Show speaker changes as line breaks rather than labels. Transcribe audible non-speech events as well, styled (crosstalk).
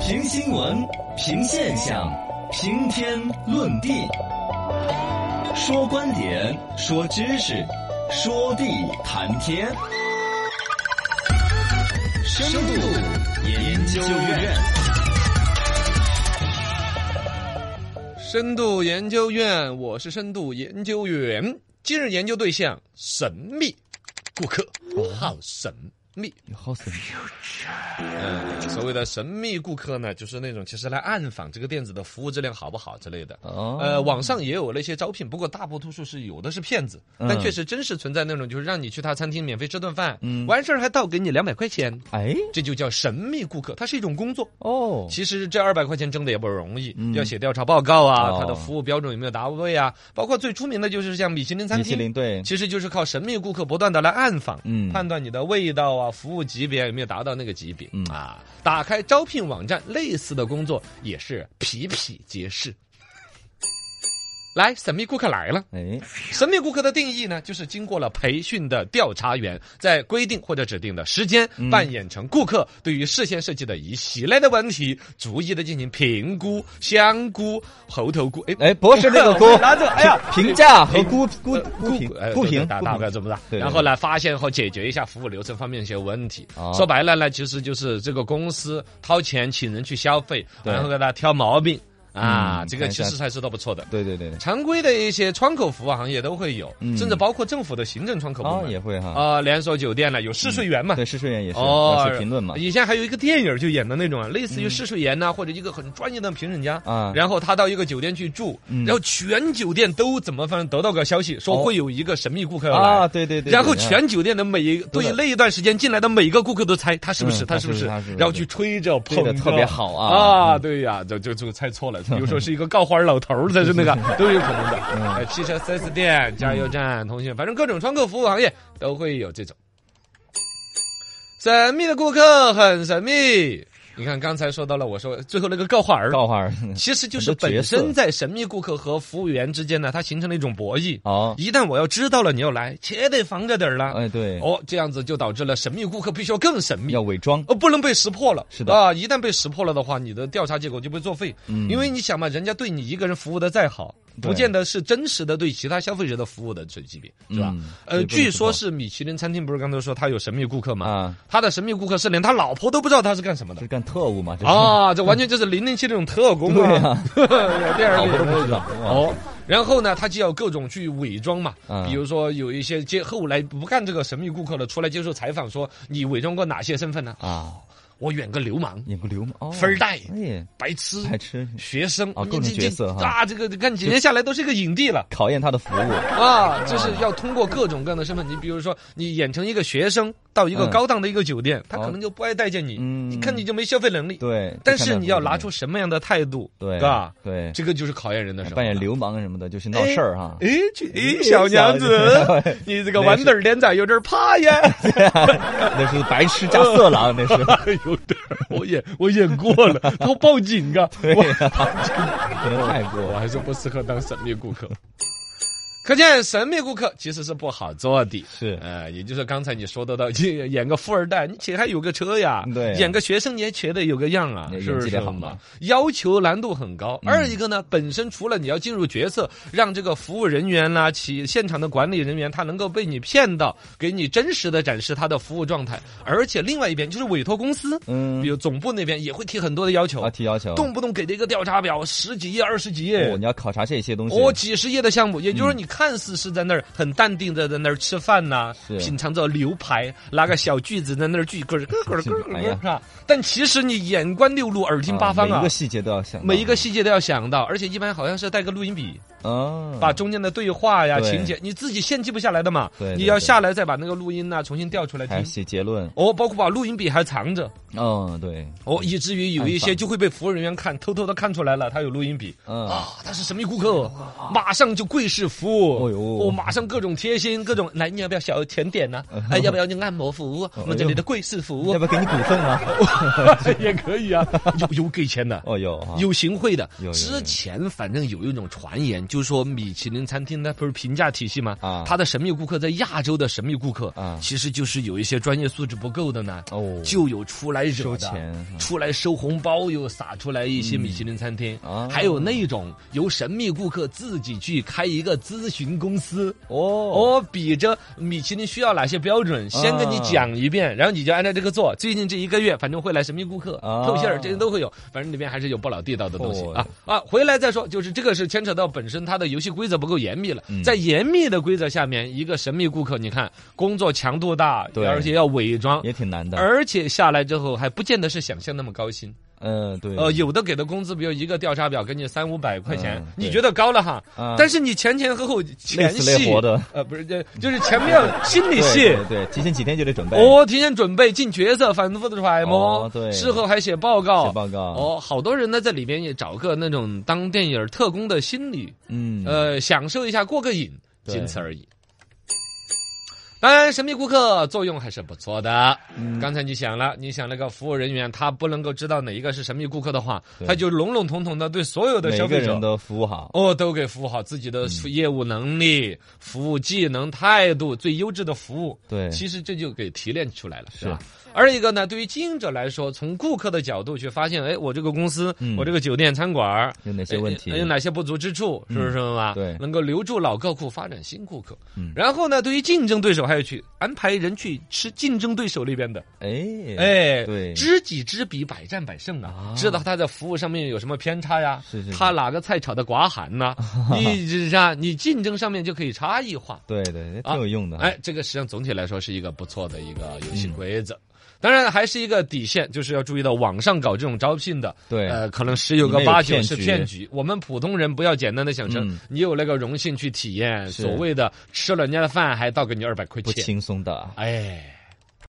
评新闻，评现象，评天论地，说观点，说知识，说地谈天。深度研究院，
深度研究院，我是深度研究员。今日研究对象：神秘顾客，好神秘。
好神秘，
嗯，所谓的神秘顾客呢，就是那种其实来暗访这个店子的服务质量好不好之类的。
哦
呃，网上也有那些招聘，不过大部多数是有的是骗子，但确实真实存在那种就是让你去他餐厅免费吃顿饭，完事儿还倒给你两百块钱，
哎，
这就叫神秘顾客，它是一种工作。
哦，嗯
其实这二百块钱挣的也不容易，要写调查报告啊，
哦
它的服务标准有没有达位啊？包括最出名的就是像米其林餐
米其
厅
林，对，
其实就是靠神秘顾客不断的来暗访，
嗯
判断你的味道啊、服务级别有没有达到那个级别、
嗯
啊。打开招聘网站，类似的工作也是比比皆是。来，神秘顾客来了。
哎，
神秘顾客的定义呢，就是经过了培训的调查员，在规定或者指定的时间，
嗯
扮演成顾客对于事先设计的一系列的问题，逐一的进行评估、香菇、猴头菇，哎
哎，不是那个菇，
拿着，哎呀。
评价和估估
呃
估评
哎
估
对
评
打
估
打
评
个怎么
对
的？然后呢，发现和解决一下服务流程方面一些问题
哦。
说白了呢，其实就是这个公司掏钱请人去消费，
对
然后给他挑毛病啊
嗯，
这个
看一
其
下
实还是都不错的。
对对对对，
常规的一些窗口服务行业都会有，
嗯
甚至包括政府的行政窗口部
哦，
门
也会哈，
啊、连锁酒店呢有试睡员
嗯
嘛。
对，试睡员也是
哦
要，写评论嘛，嗯
以前还有一个电影就演的那种，啊，类似于试睡员呐、或者一个很专业的评审家
啊
然后他到一个酒店去住，
嗯
然后全酒店都怎么反正得到个消息，说
哦
会有一个神秘顾客要来，
啊，对对对，
然后
对
全酒店的每一
对
对那一段时间进来的每一个顾客都猜他是不是、
嗯
他是不
他是不是他是不是
然后去吹着
对
捧
的
着，
特别好啊，
啊，对呀、就就就猜错了。比如说是一个告花老头儿，才是
(laughs)
那个都有可能的。
嗯
呃，汽车 4S 店、加油站、通讯，反正各种窗口服务行业都会有这种神秘的顾客，很神秘。你看，刚才说到了，我说最后那个告花儿，
告花儿
(laughs) 其实就是
很多角
本
色
身在神秘顾客和服务员之间呢，它形成了一种博弈。
哦，
一旦我要知道了你要来，且得防着点儿了。
哎对，
哦，这样子就导致了神秘顾客必须要更神秘
要。伪装，
哦，不能被识破了。
是的
啊，一旦被识破了的话，你的调查结果就被作废。
嗯
因为你想嘛，人家对你一个人服务的再好，不
对
见得是真实的对其他消费者的服务的这级别，是吧？
嗯
呃，
对不能
据
识
说
破
是米其林餐厅，不是刚才说他有神秘顾客嘛？
啊，
他的神秘顾客是连他老婆都不知道他是干什么的
这。是干特务嘛，这是
啊，这完全就是零零七那种特工啊！ (laughs) 有电
老
影里
婆都
面
不知道
哦。然后呢，他就要各种去伪装嘛，
嗯
比如说有一些接后来不干这个神秘顾客了，出来接受采访说你伪装过哪些身份呢？
啊，
我演个流氓、
演个流氓，哦
富二代
哎，
白痴、
白痴，
学生
啊
你
各种
这
角色
这
哈
啊，这个看几年下来都是一个影帝了。
考验他的服务，
啊，就是要通过各种各样的身份，你比如说，你演成一个学生到一个
嗯
高档的一个酒店，他
哦
可能就不爱待见你，
嗯
一看你就没消费能力。
对，
但
看
是
他服
你
务
要
能
拿
力
出什么样的态度，
对哎
是吧？
对，
这个就是考验人的时候。
扮演流氓什么的，就是闹事儿
(laughs)
哈。 (laughs)
哎，去，哎，小娘子
小， (laughs)
你这个豌豆脸咋有点怕呀？ (laughs)
那是白痴加色狼，那是
哎有点儿，我演我演过了，他报警
(laughs)
啊！我
可能太
我
过。
还是不适合当神秘顾客。 (laughs) 可见，神秘顾客其实是不好做的。
是
呃，也就是刚才你说的到，演演个富二代，你且还有个车呀，
对
演个学生你也且得有个样啊，
演
是不
技
是
得好
嘛嗯
嘛？
要求难度很高。二一个呢，本身除了你要进入角色，让这个服务人员啦、企现场的管理人员他能够被你骗到，给你真实的展示他的服务状态，而且另外一边就是委托公司，
嗯
比，如总部那边也会提很多的要求
要，提要求。
动不动给的一个调查表，十几页、二十几页
哦，。你要考察这些东西。
哦，几十页的项目，也就是说你看似是在那儿很淡定的在那儿吃饭呐、
是
品尝着牛排，拿个小锯子在那儿锯，咯咯咯咯咯咯
哎
咯，
呀
是吧？但其实你眼观六路，耳听八方
每
啊
一个，细节都要想到。
每一个细节都要想到，而且一般好像是带个录音笔，
啊，
把中间的对话呀、
对
情节，你自己现记不下来的嘛，
对对
你要
对
下来再把那个录音呐、重新调出来
还要
听。
写结论。
哦，包括把录音笔还藏着，
嗯，对，
哦，以至于有一些
暗访
就会被服务人员看，偷偷的看出来了，他有录音笔，
嗯，
啊，他是神秘顾客，马上就跪式服务，
哦呦
我马上各种贴心，各种来，你要不要小甜点呢、哎，要不要就按摩服务？我们这里的跪式服
要不要
务
给你股份
(laughs)
啊？
也可以啊，有有给钱的，
哦，有哈。
有行贿的
有有。有
之前反正有一种传言，就说米其林餐厅它不是评价体系吗？
啊
它的神秘顾客在亚洲的神秘顾客
啊
其实就是有一些专业素质不够的呢，
哦
就有出来惹
收
的，
钱啊
出来收红包又撒出来一些米其林餐厅，
啊
还有那种由神秘顾客自己去开一个咨询公司。
哦啊
我比着米其林需要哪些标准，先跟你讲一遍，然后你就按照这个做。最近这一个月，反正会来神秘顾客、
啊
扣信儿，这些都会有。反正里面还是有不老地道的东西
哦
啊啊！回来再说，就是这个是牵扯到本身它的游戏规则不够严密了。
嗯
在严密的规则下面，一个神秘顾客，你看工作强度大，
对
而且要伪装，
也挺难的。
而且下来之后还不见得是想象那么高薪。
嗯，对，
呃，有的给的工资，比如一个调查表给你三五百块钱，
嗯
你
对
觉得高了哈？
啊
但是你前前后后前
累死
戏
累活的
(laughs) 呃，不是，就就是前面心理
对
戏。
对对，提前几天就得准备。
哦，提前准备进角色，反复的揣摩、
哦对
事后还写报告，
写报告
哦，好多人呢在里面也找个那种当电影特工的心理，
嗯，
呃，享受一下，过个瘾，
对
仅此而已。当然，神秘顾客作用还是不错的。嗯刚才你想了，你想那个服务人员，他不能够知道哪一个是神秘顾客的话，
对
他就笼笼统统的对所有的
每
消
个
费
人
者。
都服务好。
哦，都给服务好自己的业务能力、服务技能、态度，最优质的服务。
对
其实这就给提炼出来了，是吧？而一个呢，对于经营者来说，从顾客的角度去发现，哎，我这个公司，
嗯
我这个酒店、餐馆儿
有哪些问题嗯
哎有哪些不足之处，是不是嘛？
对
能够留住老客户，发展新顾客。
嗯
然后呢，对于竞争对手，还要去安排人去吃竞争对手那边的，
哎
哎，
对，
知己知彼，百战百胜
啊
啊！知道他在服务上面有什么偏差呀？
是是是
他哪个菜炒的寡
(laughs)
寒呐？你这是啊，你竞争上面就可以差异化。
对对，嗯挺有用的。
哎，这个实际上总体来说是一个不错的一个游戏规则。当然，还是一个底线，就是要注意到网上搞这种招聘的，
对
呃，可能十有个
里面有
八九
骗
是
局
骗局。我们普通人不要简单的想成，
嗯
你有那个荣幸去体验
是
所谓的吃了人家的饭还倒给你二百块
不
钱，
轻松的。
哎，